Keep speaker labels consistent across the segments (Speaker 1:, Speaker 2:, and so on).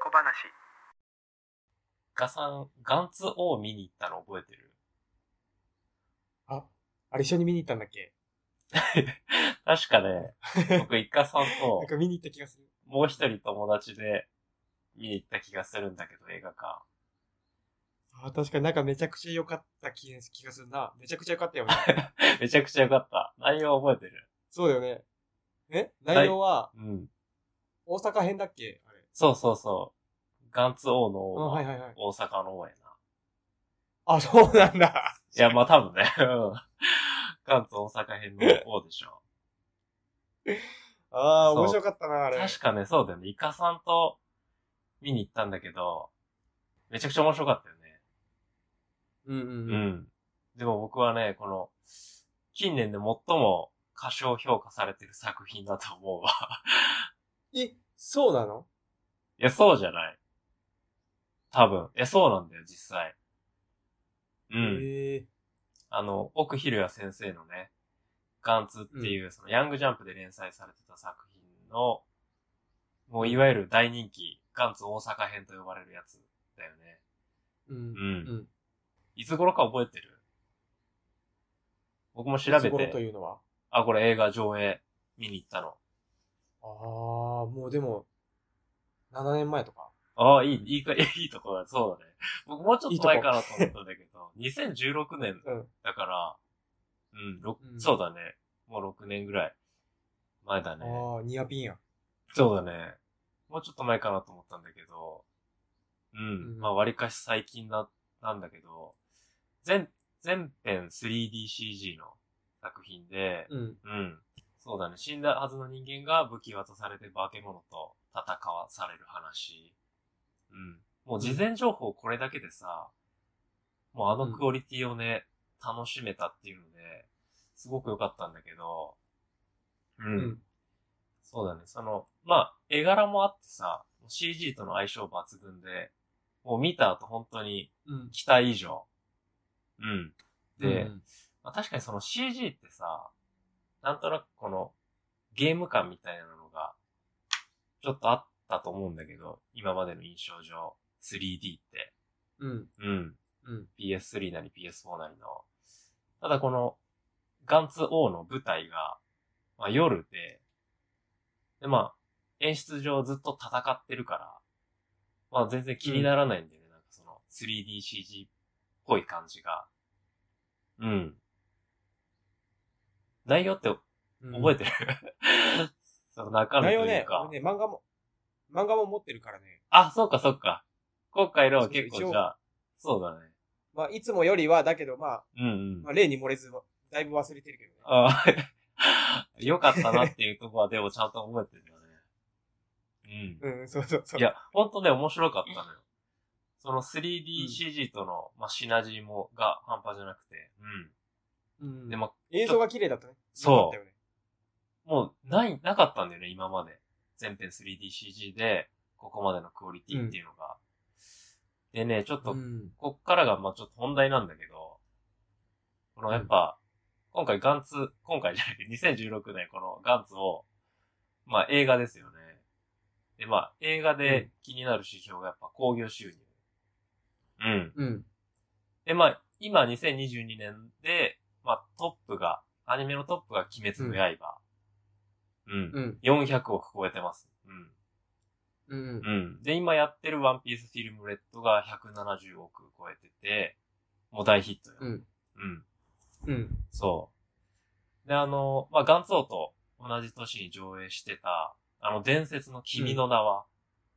Speaker 1: 小話
Speaker 2: ガさん、ガンツを見に行ったの覚えてる
Speaker 3: あれ一緒に見に行ったんだっけ
Speaker 2: 確かね、僕、イカさんと
Speaker 3: なん、か見に行った気がする。
Speaker 2: もう一人友達で見に行った気がするんだけど、映画館。
Speaker 3: あー確かになんかめちゃくちゃ良かった気が気がするな。めちゃくちゃ良かったよね。
Speaker 2: めちゃくちゃ良かった。内容覚えてる
Speaker 3: そうだよね。 え内容は
Speaker 2: うん。
Speaker 3: 大阪編だっけあれ。
Speaker 2: そうそうそう。ガンツ王の
Speaker 3: あ
Speaker 2: 王
Speaker 3: はい
Speaker 2: は
Speaker 3: はいはい。
Speaker 2: 大阪の王やな。
Speaker 3: あ、そうなんだ。
Speaker 2: いや、まあ多分ね。うん ガンツ大阪編の王でしょ。
Speaker 3: ああ、
Speaker 2: そう
Speaker 3: 面白かったな、あれ。
Speaker 2: 確かね、そうだよね。イカさんと見に行ったんだけど、めちゃくちゃ面白かったよね。
Speaker 3: うんうん
Speaker 2: う
Speaker 3: うん。
Speaker 2: ん。でも僕はね、この、近年で最も過小評価されてる作品だと思うわ。
Speaker 3: え、そうなの
Speaker 2: いや、そうじゃない。多分。いや、そうなんだよ、実際。うん。
Speaker 3: へえ。
Speaker 2: あの、奥ひろや先生のね、ガンツっていう、その、ヤングジャンプで連載されてた作品の、もういわゆる大人気、ガンツ大阪編と呼ばれるやつだよね。
Speaker 3: う。
Speaker 2: うんん。
Speaker 3: うん
Speaker 2: いつ頃か覚えてる僕も調
Speaker 3: いつ
Speaker 2: べ
Speaker 3: 頃と
Speaker 2: て、
Speaker 3: いうのは
Speaker 2: あ、これ映画上映見に行ったの。
Speaker 3: ああ、もうでも、7年前とか。
Speaker 2: ああ、いい、いいか、 いいとこだ。そうだね。僕もうちょっと前かなと思ったんだけど、2016年
Speaker 3: うん。
Speaker 2: だから、うん、ろ
Speaker 3: うん
Speaker 2: そうだね。もう6年ぐらい前だね。
Speaker 3: ああ、ニアピンや。
Speaker 2: そうだね。もうちょっと前かなと思ったんだけど、うん、
Speaker 3: うん
Speaker 2: まあ割かし最近な、なんだけど、全、全編 3DCG の作品で、
Speaker 3: うん。
Speaker 2: うん。そうだね。死んだはずの人間が武器渡されて化け物と戦わされる話。うん。もう事前情報これだけでさ、もうあのクオリティをね、楽しめたっていうので、すごく良かったんだけど、
Speaker 3: う
Speaker 2: うん、。そうだね。その、まあ、絵柄もあってさ、CG との相性抜群で、もう見た後本当に
Speaker 3: うん。
Speaker 2: 期待以上。うん。で、
Speaker 3: うん、
Speaker 2: まあ、確かにその CG ってさ、なんとなくこのゲーム感みたいなのが、ちょっとあったと思うんだけど、今までの印象上、3D って。
Speaker 3: うん。
Speaker 2: うん。
Speaker 3: うん。
Speaker 2: PS3 なり PS4 なりの。ただこの、ガンツ O の舞台が、まあ、夜で、で、まあ、演出上ずっと戦ってるから、まあ全然気にならないんだよね。なんかその 3DCG っぽい感じが。うん。内容って
Speaker 3: うん
Speaker 2: 覚えてる、 その中身とい
Speaker 3: 内
Speaker 2: う
Speaker 3: 容
Speaker 2: か。
Speaker 3: ね、俺ね、漫画も、漫画も持ってるからね。
Speaker 2: あ、そうかそうか。今回のは結
Speaker 3: そうそ
Speaker 2: 構
Speaker 3: う
Speaker 2: じゃあ、そうだね。
Speaker 3: まあ、いつもよりは、だけど、まあ、
Speaker 2: うんうん。
Speaker 3: まあ、例に漏れず、だいぶ忘れてるけどね。
Speaker 2: ああ、 よかったなっていうとこはでもちゃんと覚えてるよね。
Speaker 3: うん、そうそう
Speaker 2: う
Speaker 3: そ
Speaker 2: ん。
Speaker 3: う。
Speaker 2: いや、ほんとね、面白かったのよ。その 3DCG との、まあ、シナジーも、が半端じゃなくて。
Speaker 3: う、
Speaker 2: うんん。で、も、
Speaker 3: 映像が綺麗だったね。
Speaker 2: そう
Speaker 3: 良かったよね
Speaker 2: もう、ない、なかったんだよね、今まで。全編 3DCG で、ここまでのクオリティっていうのが。でね、ちょっと
Speaker 3: うん。
Speaker 2: こっからが、まあちょっと本題なんだけど、このやっぱ、今回ガンツ、今回じゃなくて2016年このガンツを、まあ映画ですよね。で、まあ映画
Speaker 3: う
Speaker 2: で気になる指標がやっぱ興行収入。うん。
Speaker 3: うん。
Speaker 2: で、まあ今2022年で、まあトップが、アニメのトップが鬼滅の刃。うん。
Speaker 3: うん。
Speaker 2: 400億超えてます。うん。
Speaker 3: うん。
Speaker 2: うん。で、今やってるワンピースフィルムレッドが170億超えてて、もう大ヒットよ。
Speaker 3: うん。
Speaker 2: うん。
Speaker 3: うん。
Speaker 2: そう。で、あの、まあ、ガンツオと同じ年に上映してた、あの、伝説の君の名は、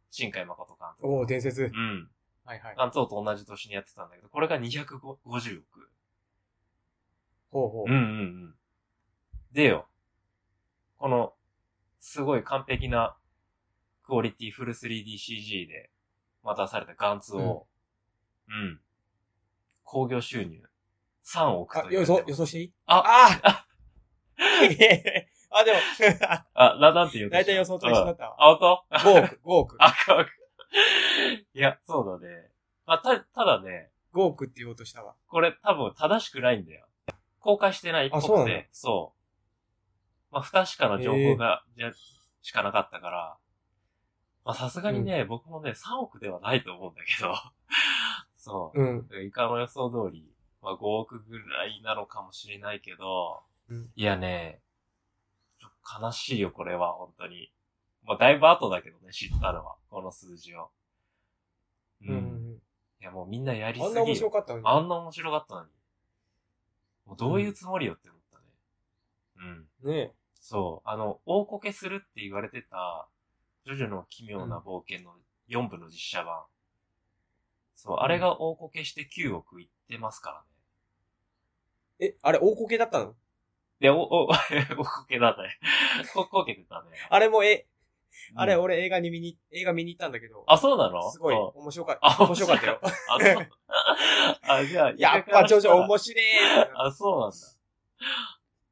Speaker 2: 新海誠監督。
Speaker 3: おお伝説。
Speaker 2: うん。
Speaker 3: はいはい。
Speaker 2: ガンツオと同じ年にやってたんだけど、これが250億。
Speaker 3: ほうほ
Speaker 2: う
Speaker 3: うん
Speaker 2: う。んうん。でよ、この、すごい完璧なクオリティフル 3DCG で、また出されたガンツを、うん。興行収入3億
Speaker 3: あ
Speaker 2: と、言わ
Speaker 3: 予
Speaker 2: れてます、
Speaker 3: 想予想していい
Speaker 2: あ、
Speaker 3: ああ あ、でも、
Speaker 2: あ、な、なんて言う
Speaker 3: 大体予想と一緒だ
Speaker 2: っ
Speaker 3: ったわ。
Speaker 2: あ、本当
Speaker 3: 5億、5億。
Speaker 2: あ、かわ いや、そうだね。まあ、た、ただね、
Speaker 3: 5億って言おうとしたわ。
Speaker 2: これ多分正しくないんだよ。公開してないっぽくて。
Speaker 3: あそうなんだ
Speaker 2: そうまあ、不確かな情報が、じゃ、しかなかったから、まあさすがにね、僕もね、3億ではないと思うんだけど、 そう。
Speaker 3: うん。
Speaker 2: イカの予想通り、まあ5億ぐらいなのかもしれないけど、
Speaker 3: うん
Speaker 2: いやね、ちょっと悲しいよ、これは、本当に。まあだいぶ後だけどね、知ったのは、この数字を。うん。
Speaker 3: うんうん
Speaker 2: いや、もうみんなやり
Speaker 3: うん。あん
Speaker 2: す
Speaker 3: な面
Speaker 2: ぎ
Speaker 3: 白
Speaker 2: よ。
Speaker 3: かったのに。
Speaker 2: あんな面白かったのに。もうどういうつもりよって思ったね。うん。
Speaker 3: ね
Speaker 2: そう。あの、大こけするって言われてた、ジョジョの奇妙な冒険の4部の実写版。そう、あれが大こけして9億いってますからね。
Speaker 3: え。え、あれ大こけだったの
Speaker 2: で、お、 お、大こけだね。こ、こけてたね。
Speaker 3: あれもえ、あれ
Speaker 2: うん
Speaker 3: 俺映画に見に、映画見に行ったんだけど。
Speaker 2: あ、そうなの
Speaker 3: すごい、
Speaker 2: うん
Speaker 3: 面白かっ
Speaker 2: あ
Speaker 3: た。面白かったよ。
Speaker 2: あ、そう。 あ、じゃあ、
Speaker 3: やっぱジョジョ
Speaker 2: い。
Speaker 3: 面白い。
Speaker 2: あ、そうなんだ。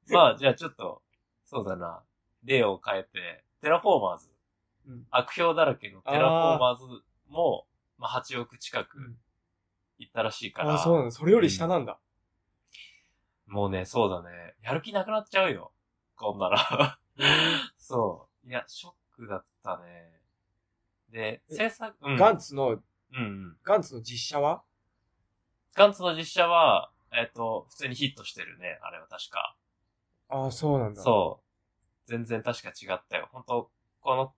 Speaker 2: まあ、じゃあちょっと、そうだな。例を変えて、テラフォーマーズ。
Speaker 3: うん
Speaker 2: 悪評だらけのテラフォーマーズも、まあ8億近く
Speaker 3: うん
Speaker 2: いったらしいから、
Speaker 3: あ、そうなの。それより下なんだ。
Speaker 2: もうね、そうだね。やる気なくなっちゃうよ。こんなら。 そう。いや、ショックだったね。で、
Speaker 3: え
Speaker 2: 制作、うん。
Speaker 3: ガンツの、
Speaker 2: うんうん。
Speaker 3: ガンツの実写は
Speaker 2: ガンツの実写は、えっ、と、普通にヒットしてるね。あれは確か。
Speaker 3: ああ、そうなんだ。
Speaker 2: そう。全然確か違ったよ。本当この、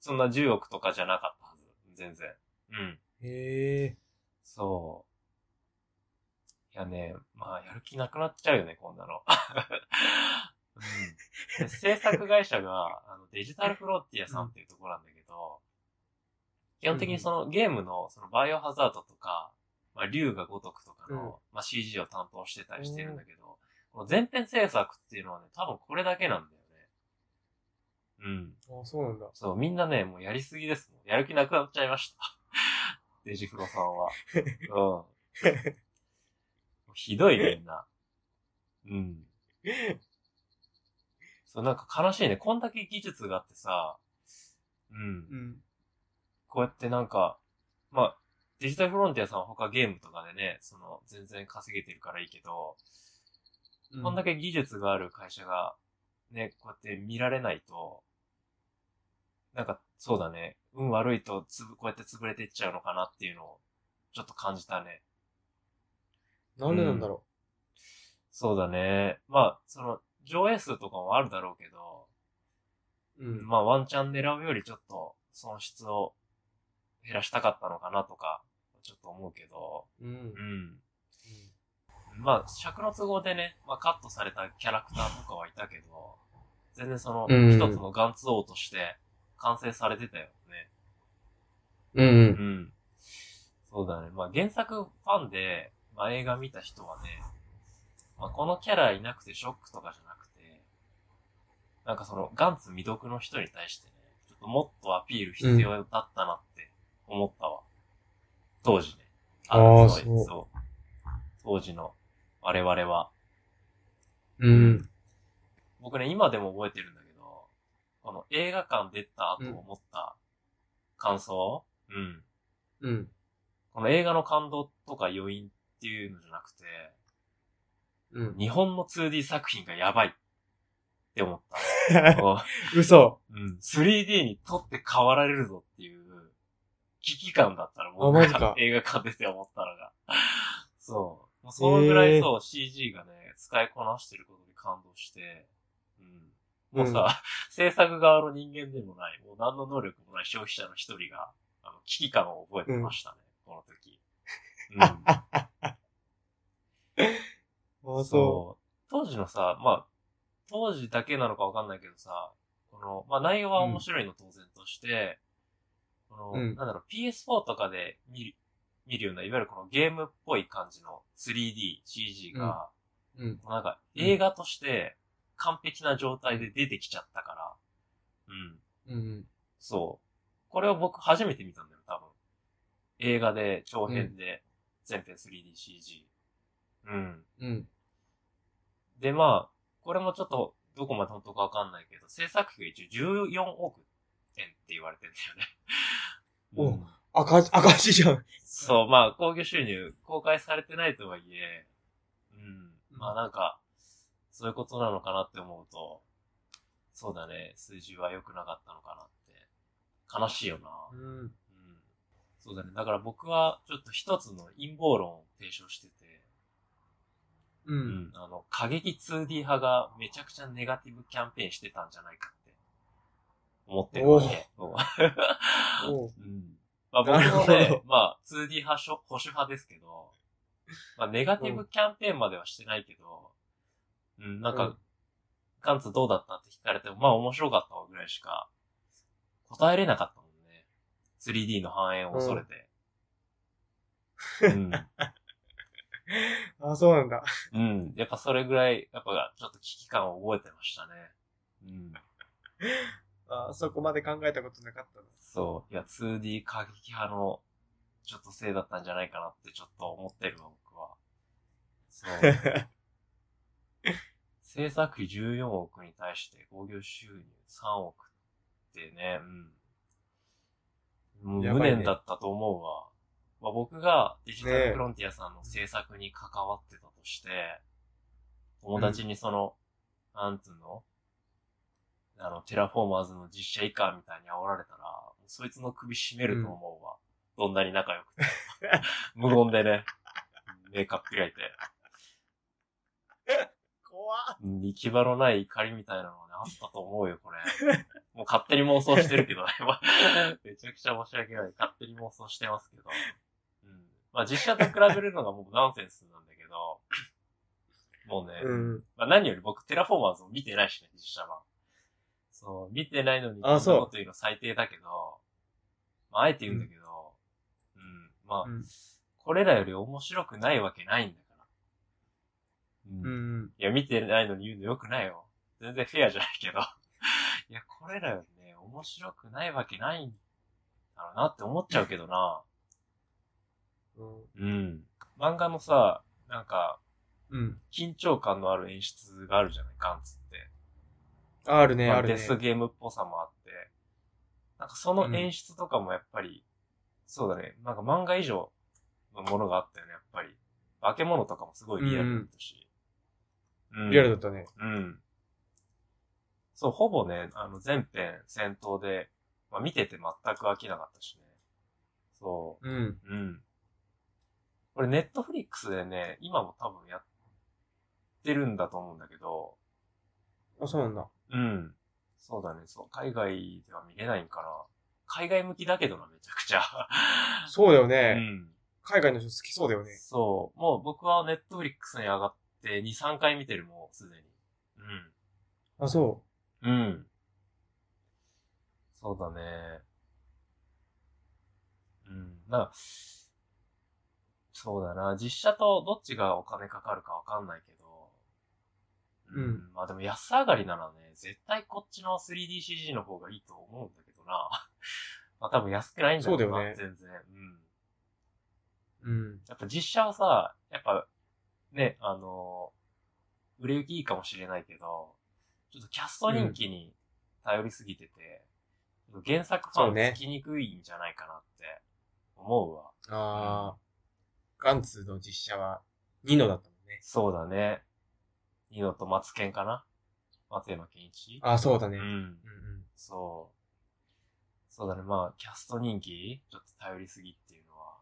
Speaker 2: そんな10億とかじゃなかったはず。全然。うん。
Speaker 3: へえ。
Speaker 2: そう。いやね、まあ、やる気なくなっちゃうよね、こんなの。うん、で制作会社があのデジタルフロンティアさんっていうところなんだけど、基本的にそのゲームのそのバイオハザードとか、まあ、竜が如くとかの、
Speaker 3: うん
Speaker 2: まあ、CG を担当してたりしてるんだけど、この前編制作っていうのはね、多分これだけなんだよね。うん。
Speaker 3: ああ、そうなんだ。
Speaker 2: そう、みんなね、もうやりすぎですもん。やる気なくなっちゃいました。 デジフロさんは。うん。ひどいみんな。うん。そう、なんか悲しいね。こんだけ技術があってさ、うん。
Speaker 3: うん。
Speaker 2: こうやってなんか、まあ、デジタルフロンティアさんは他ゲームとかでね、その、全然稼げてるからいいけど、こんだ
Speaker 3: け。
Speaker 2: け技術がある会社が、ね、こうやって見られないと、なんか、そうだね、運悪いとつぶ、こうやって潰れていっちゃうのかなっていうのを、ちょっと感じたね。
Speaker 3: なんでなんだろ
Speaker 2: そうだね。まあ、その、上映数とかもあるだろうけど、
Speaker 3: う。うん。
Speaker 2: まあ、ワンチャン狙うよりちょっと、損失を減らしたかったのかなとか、ちょっと思うけど、
Speaker 3: うん
Speaker 2: う。ん。まあ、尺の都合でね、まあ、カットされたキャラクターとかはいたけど、全然その、
Speaker 3: うん
Speaker 2: 一つのガンツ王として完成されてたよね。
Speaker 3: うん。う。
Speaker 2: うんん。そうだね。まあ、原作ファンで、まあ、映画見た人はね、まあ、このキャラいなくてショックとかじゃなくて、なんかその、ガンツ未読の人に対してね、ちょっともっとアピール必要だったなって思ったわ。当時ね。
Speaker 3: あー
Speaker 2: すごい
Speaker 3: そう
Speaker 2: そう。当時の我々は。
Speaker 3: うん。
Speaker 2: 僕ね、今でも覚えてるんだけど、この映画館出た後思った感想、うん、
Speaker 3: うん。
Speaker 2: この映画の感動とか余韻っていうのじゃなくて、
Speaker 3: うん。
Speaker 2: 日本の 2D 作品がやばいって思った。こ
Speaker 3: 嘘。
Speaker 2: ううん、3D にとって変わられるぞっていう危機感だったら
Speaker 3: あ
Speaker 2: 僕
Speaker 3: マジ
Speaker 2: が
Speaker 3: か
Speaker 2: 映画館出て思ったのが。 そう。もうそのぐら
Speaker 3: へ
Speaker 2: い
Speaker 3: ー
Speaker 2: そう、CG がね、使いこなしてることに感動して、うん。もうさ、制作側の人間でもない、もう何の能力もない消費者の一人が、あの、危機感を覚えてましたね、この時。 う
Speaker 3: うん。あ
Speaker 2: ん。
Speaker 3: あ、そ
Speaker 2: 当時のさ、まあ、当時だけなのかわかんないけどさ、この、まあ内容は面白いの当然として、この、
Speaker 3: うん
Speaker 2: なんだろう、PS4 とかで見る、見るような、いわゆるこのゲームっぽい感じの 3D、CG が、
Speaker 3: う。うん。
Speaker 2: なんか映画として完璧な状態で出てきちゃったから、うん。
Speaker 3: うん。
Speaker 2: そう。これを僕初めて見たんだよ、多分。映画で、長編で、全編 3DCG。うん。
Speaker 3: うん。
Speaker 2: で、まあ、これもちょっと、どこまで本当かわかんないけど、制作費が一応14億円って言われてんだよね。
Speaker 3: お赤字、赤字じゃん。
Speaker 2: そう、まあ、興行収入、公開されてないとはいえ、うん。まあなんか、そういうことなのかなって思うと、そうだね、数字は良くなかったのかなって、悲しいよな。
Speaker 3: うん。
Speaker 2: うん。そうだね。だから僕はちょっと一つの陰謀論を提唱してて、
Speaker 3: う。
Speaker 2: うんん。あの、過激 2D 派がめちゃくちゃネガティブキャンペーンしてたんじゃないかって思ってるわけ。うん
Speaker 3: おう
Speaker 2: うん。まあ僕
Speaker 3: なる
Speaker 2: も
Speaker 3: ほど
Speaker 2: ね、まあ 2D 派しょ、保守派ですけど、まあネガティブキャンペーンまではしてないけど、うん、なん
Speaker 3: う
Speaker 2: か
Speaker 3: ん、
Speaker 2: ガンツどうだったって聞かれても、まあ面白かったわぐらいしか答えれなかったもんね。3D の反映を恐れて。うん。
Speaker 3: あ、そうなんだ。
Speaker 2: うん。やっぱそれぐらい、やっぱちょっと危機感を覚えてましたね。うん。
Speaker 3: あ、そこまで考えたことなかったな。
Speaker 2: そう。いや、2D 過激派の、ちょっとせいだったんじゃないかなってちょっと思ってるわ、僕は。そう。 制作費14億に対して興行収入3億ってね、うん。もう
Speaker 3: や
Speaker 2: 無
Speaker 3: ばいね
Speaker 2: 念だったと思うわ。まあ、僕がデジタ
Speaker 3: ね
Speaker 2: ル
Speaker 3: え
Speaker 2: フロンティアさんの制作に関わってたとして、友達にその、なんつうのあの、テラフォーマーズの実写以下みたいに煽られたら、もうそいつの首絞めると思うわ。どんなに仲良くて。無言でね、目かっぴらいて。
Speaker 3: 怖っ。
Speaker 2: うん行き場のない怒りみたいなのね、あったと思うよ、これ。もう勝手に妄想してるけどね。まあめちゃくちゃ申し訳ない。勝手に妄想してますけど。うん。まあ実写と比べるのがもうナンセンスなんだけど、もうね、
Speaker 3: うん。
Speaker 2: まあ何より僕テラフォーマーズも見てないしね、実写版。そう、見てないのに、
Speaker 3: あそう
Speaker 2: こんなこと言うの最低だけど、まああえて言うんだけど、うん、まあ、
Speaker 3: うん
Speaker 2: これらより面白くないわけないんだから。うん
Speaker 3: うん。
Speaker 2: いや、見てないのに言うのよくないよ。全然フェアじゃないけど。 いや、これらよりね、面白くないわけないんだろうなって思っちゃうけどな。
Speaker 3: うん
Speaker 2: うん。漫画のさ、なんか、
Speaker 3: うん。
Speaker 2: 緊張感のある演出があるじゃない、ガンツって。
Speaker 3: あるね、
Speaker 2: まあ
Speaker 3: ある
Speaker 2: デ
Speaker 3: ね。
Speaker 2: スゲームっぽさもあって。なんかその演出とかもやっぱり、そうだね、なんか漫画以上のものがあったよね、やっぱり。化け物とかもすごいリアルだったし。うん
Speaker 3: リアルだったね。
Speaker 2: うん。そう、ほぼね、あの、全編戦闘で、まあ、見てて全く飽きなかったしね。そ
Speaker 3: うん。
Speaker 2: う、うん。これ、ネットフリックスでね、今も多分やってるんだと思うんだけど、
Speaker 3: あ、そうなんだ。
Speaker 2: うん。そうだね、そう。海外では見れないんから、海外向きだけどな、めちゃくちゃ。
Speaker 3: そうだ よ
Speaker 2: う
Speaker 3: ね。
Speaker 2: ん。
Speaker 3: 海外の人好きそうだよね。
Speaker 2: そう。もう僕はネットフリックスに上がって2、3回見てる、もうすでに。うん。
Speaker 3: あ、そ
Speaker 2: うん。そうだね。うん。なんか、そうだな。実写とどっちがお金かかるかわかんないけど。
Speaker 3: うん。
Speaker 2: まあでも安上がりならね、絶対こっちの 3DCG の方がいいと思うんだけどな。 まあ多分安くないんだろうな、
Speaker 3: そうだよね
Speaker 2: 全然。うん。
Speaker 3: う。うん。
Speaker 2: やっぱ実写はさ、やっぱ、ね、あのー売れ行きいいかもしれないけど、ちょっとキャスト人気に頼りすぎてて、ちょっと原作ファ
Speaker 3: そう
Speaker 2: ン
Speaker 3: ね
Speaker 2: つきにくいんじゃないかなって思うわ。
Speaker 3: あー。ガンツの実写はニノだったもんね。
Speaker 2: そうだね。ニノと松健かな松山健一
Speaker 3: あ、そうだね。
Speaker 2: う
Speaker 3: うん
Speaker 2: ん。
Speaker 3: うん。
Speaker 2: そう。そうだね。まあ、キャスト人気ちょっと頼りすぎっていうのは、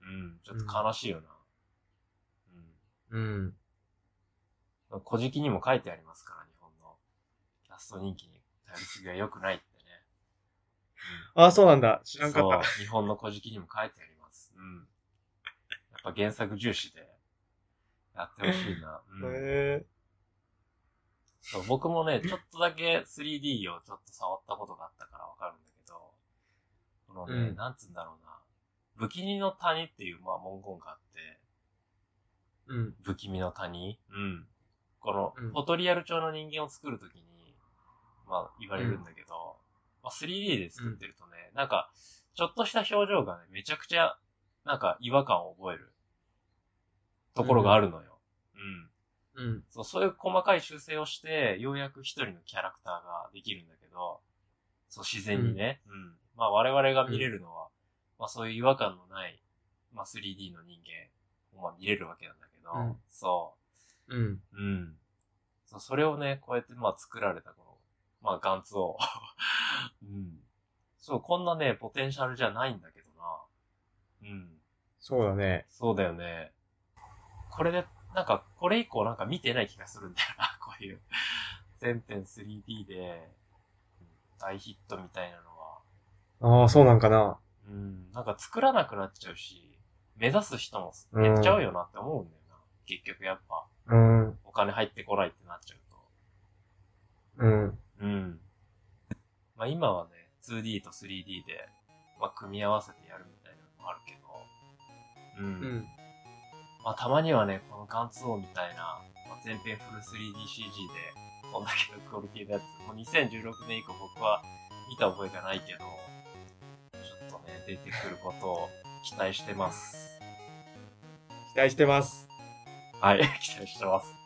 Speaker 2: うん、ちょっと悲しいよな。うん
Speaker 3: うん。
Speaker 2: 古事記にも書いてありますから、日本のキャスト人気に頼りすぎは良くないってね。
Speaker 3: あ、そうなんだ。知
Speaker 2: う
Speaker 3: ら
Speaker 2: ん、
Speaker 3: んか
Speaker 2: そう
Speaker 3: っ、
Speaker 2: 日本の古事記にも書いてあります。うん。やっぱ原作重視でやってほしいな。
Speaker 3: た。
Speaker 2: うん、
Speaker 3: へえ。
Speaker 2: そう僕もね、ちょっとだけ 3D をちょっと触ったことがあったからわかるんだけど、このね、
Speaker 3: うん
Speaker 2: なんつうんだろうな。不気味の谷っていう、まあ、文言があって、
Speaker 3: うん。
Speaker 2: 不気味の谷。うん。この
Speaker 3: うん、
Speaker 2: フォトリアル調の人間を作るときに、まあ、言われるんだけど、まあ、3D で作ってるとね、なんか、ちょっとした表情がね、めちゃくちゃ、なんか、違和感を覚えるところがあるのよ。うん。
Speaker 3: うん。
Speaker 2: そう、そういう細かい修正をして、ようやく一人のキャラクターができるんだけど、そう、自然にね。うん。まあ、我々が見れるのは、まあ、そういう違和感のない、まあ、3D の人間を、まあ、見れるわけなんだけど、
Speaker 3: うん
Speaker 2: そ
Speaker 3: うん。
Speaker 2: う。うん。そう、 それをね、こうやって、まあ、作られた、この、まあ、ガンツを、うん。そう、こんなね、ポテンシャルじゃないんだけどな。うん。
Speaker 1: そうだね。
Speaker 2: そうだよね。これで、なんか、これ以降なんか見てない気がするんだよな、 こういう。全編 3D で、大ヒットみたいなのは。
Speaker 1: ああ、そうなんかな。
Speaker 2: うん、なんか作らなくなっちゃうし、目指す人も減っちゃうよなって思うんだよな。結局やっぱ、
Speaker 1: うん、
Speaker 2: お金入ってこないってなっちゃうと。
Speaker 1: うん、
Speaker 2: うん。まあ今はね、2D と 3D で、まあ組み合わせてやるみたいなのもあるけど、うん。
Speaker 3: うん。
Speaker 2: まあたまにはね、このガンツオみたいな、まあ、全編フル 3DCG で、こんだけのクオリティのやつ、もう2016年以降僕は見た覚えがないけど、ちょっとね、出てくることを期待してます。
Speaker 3: 期待してます。
Speaker 2: はい、期待してます。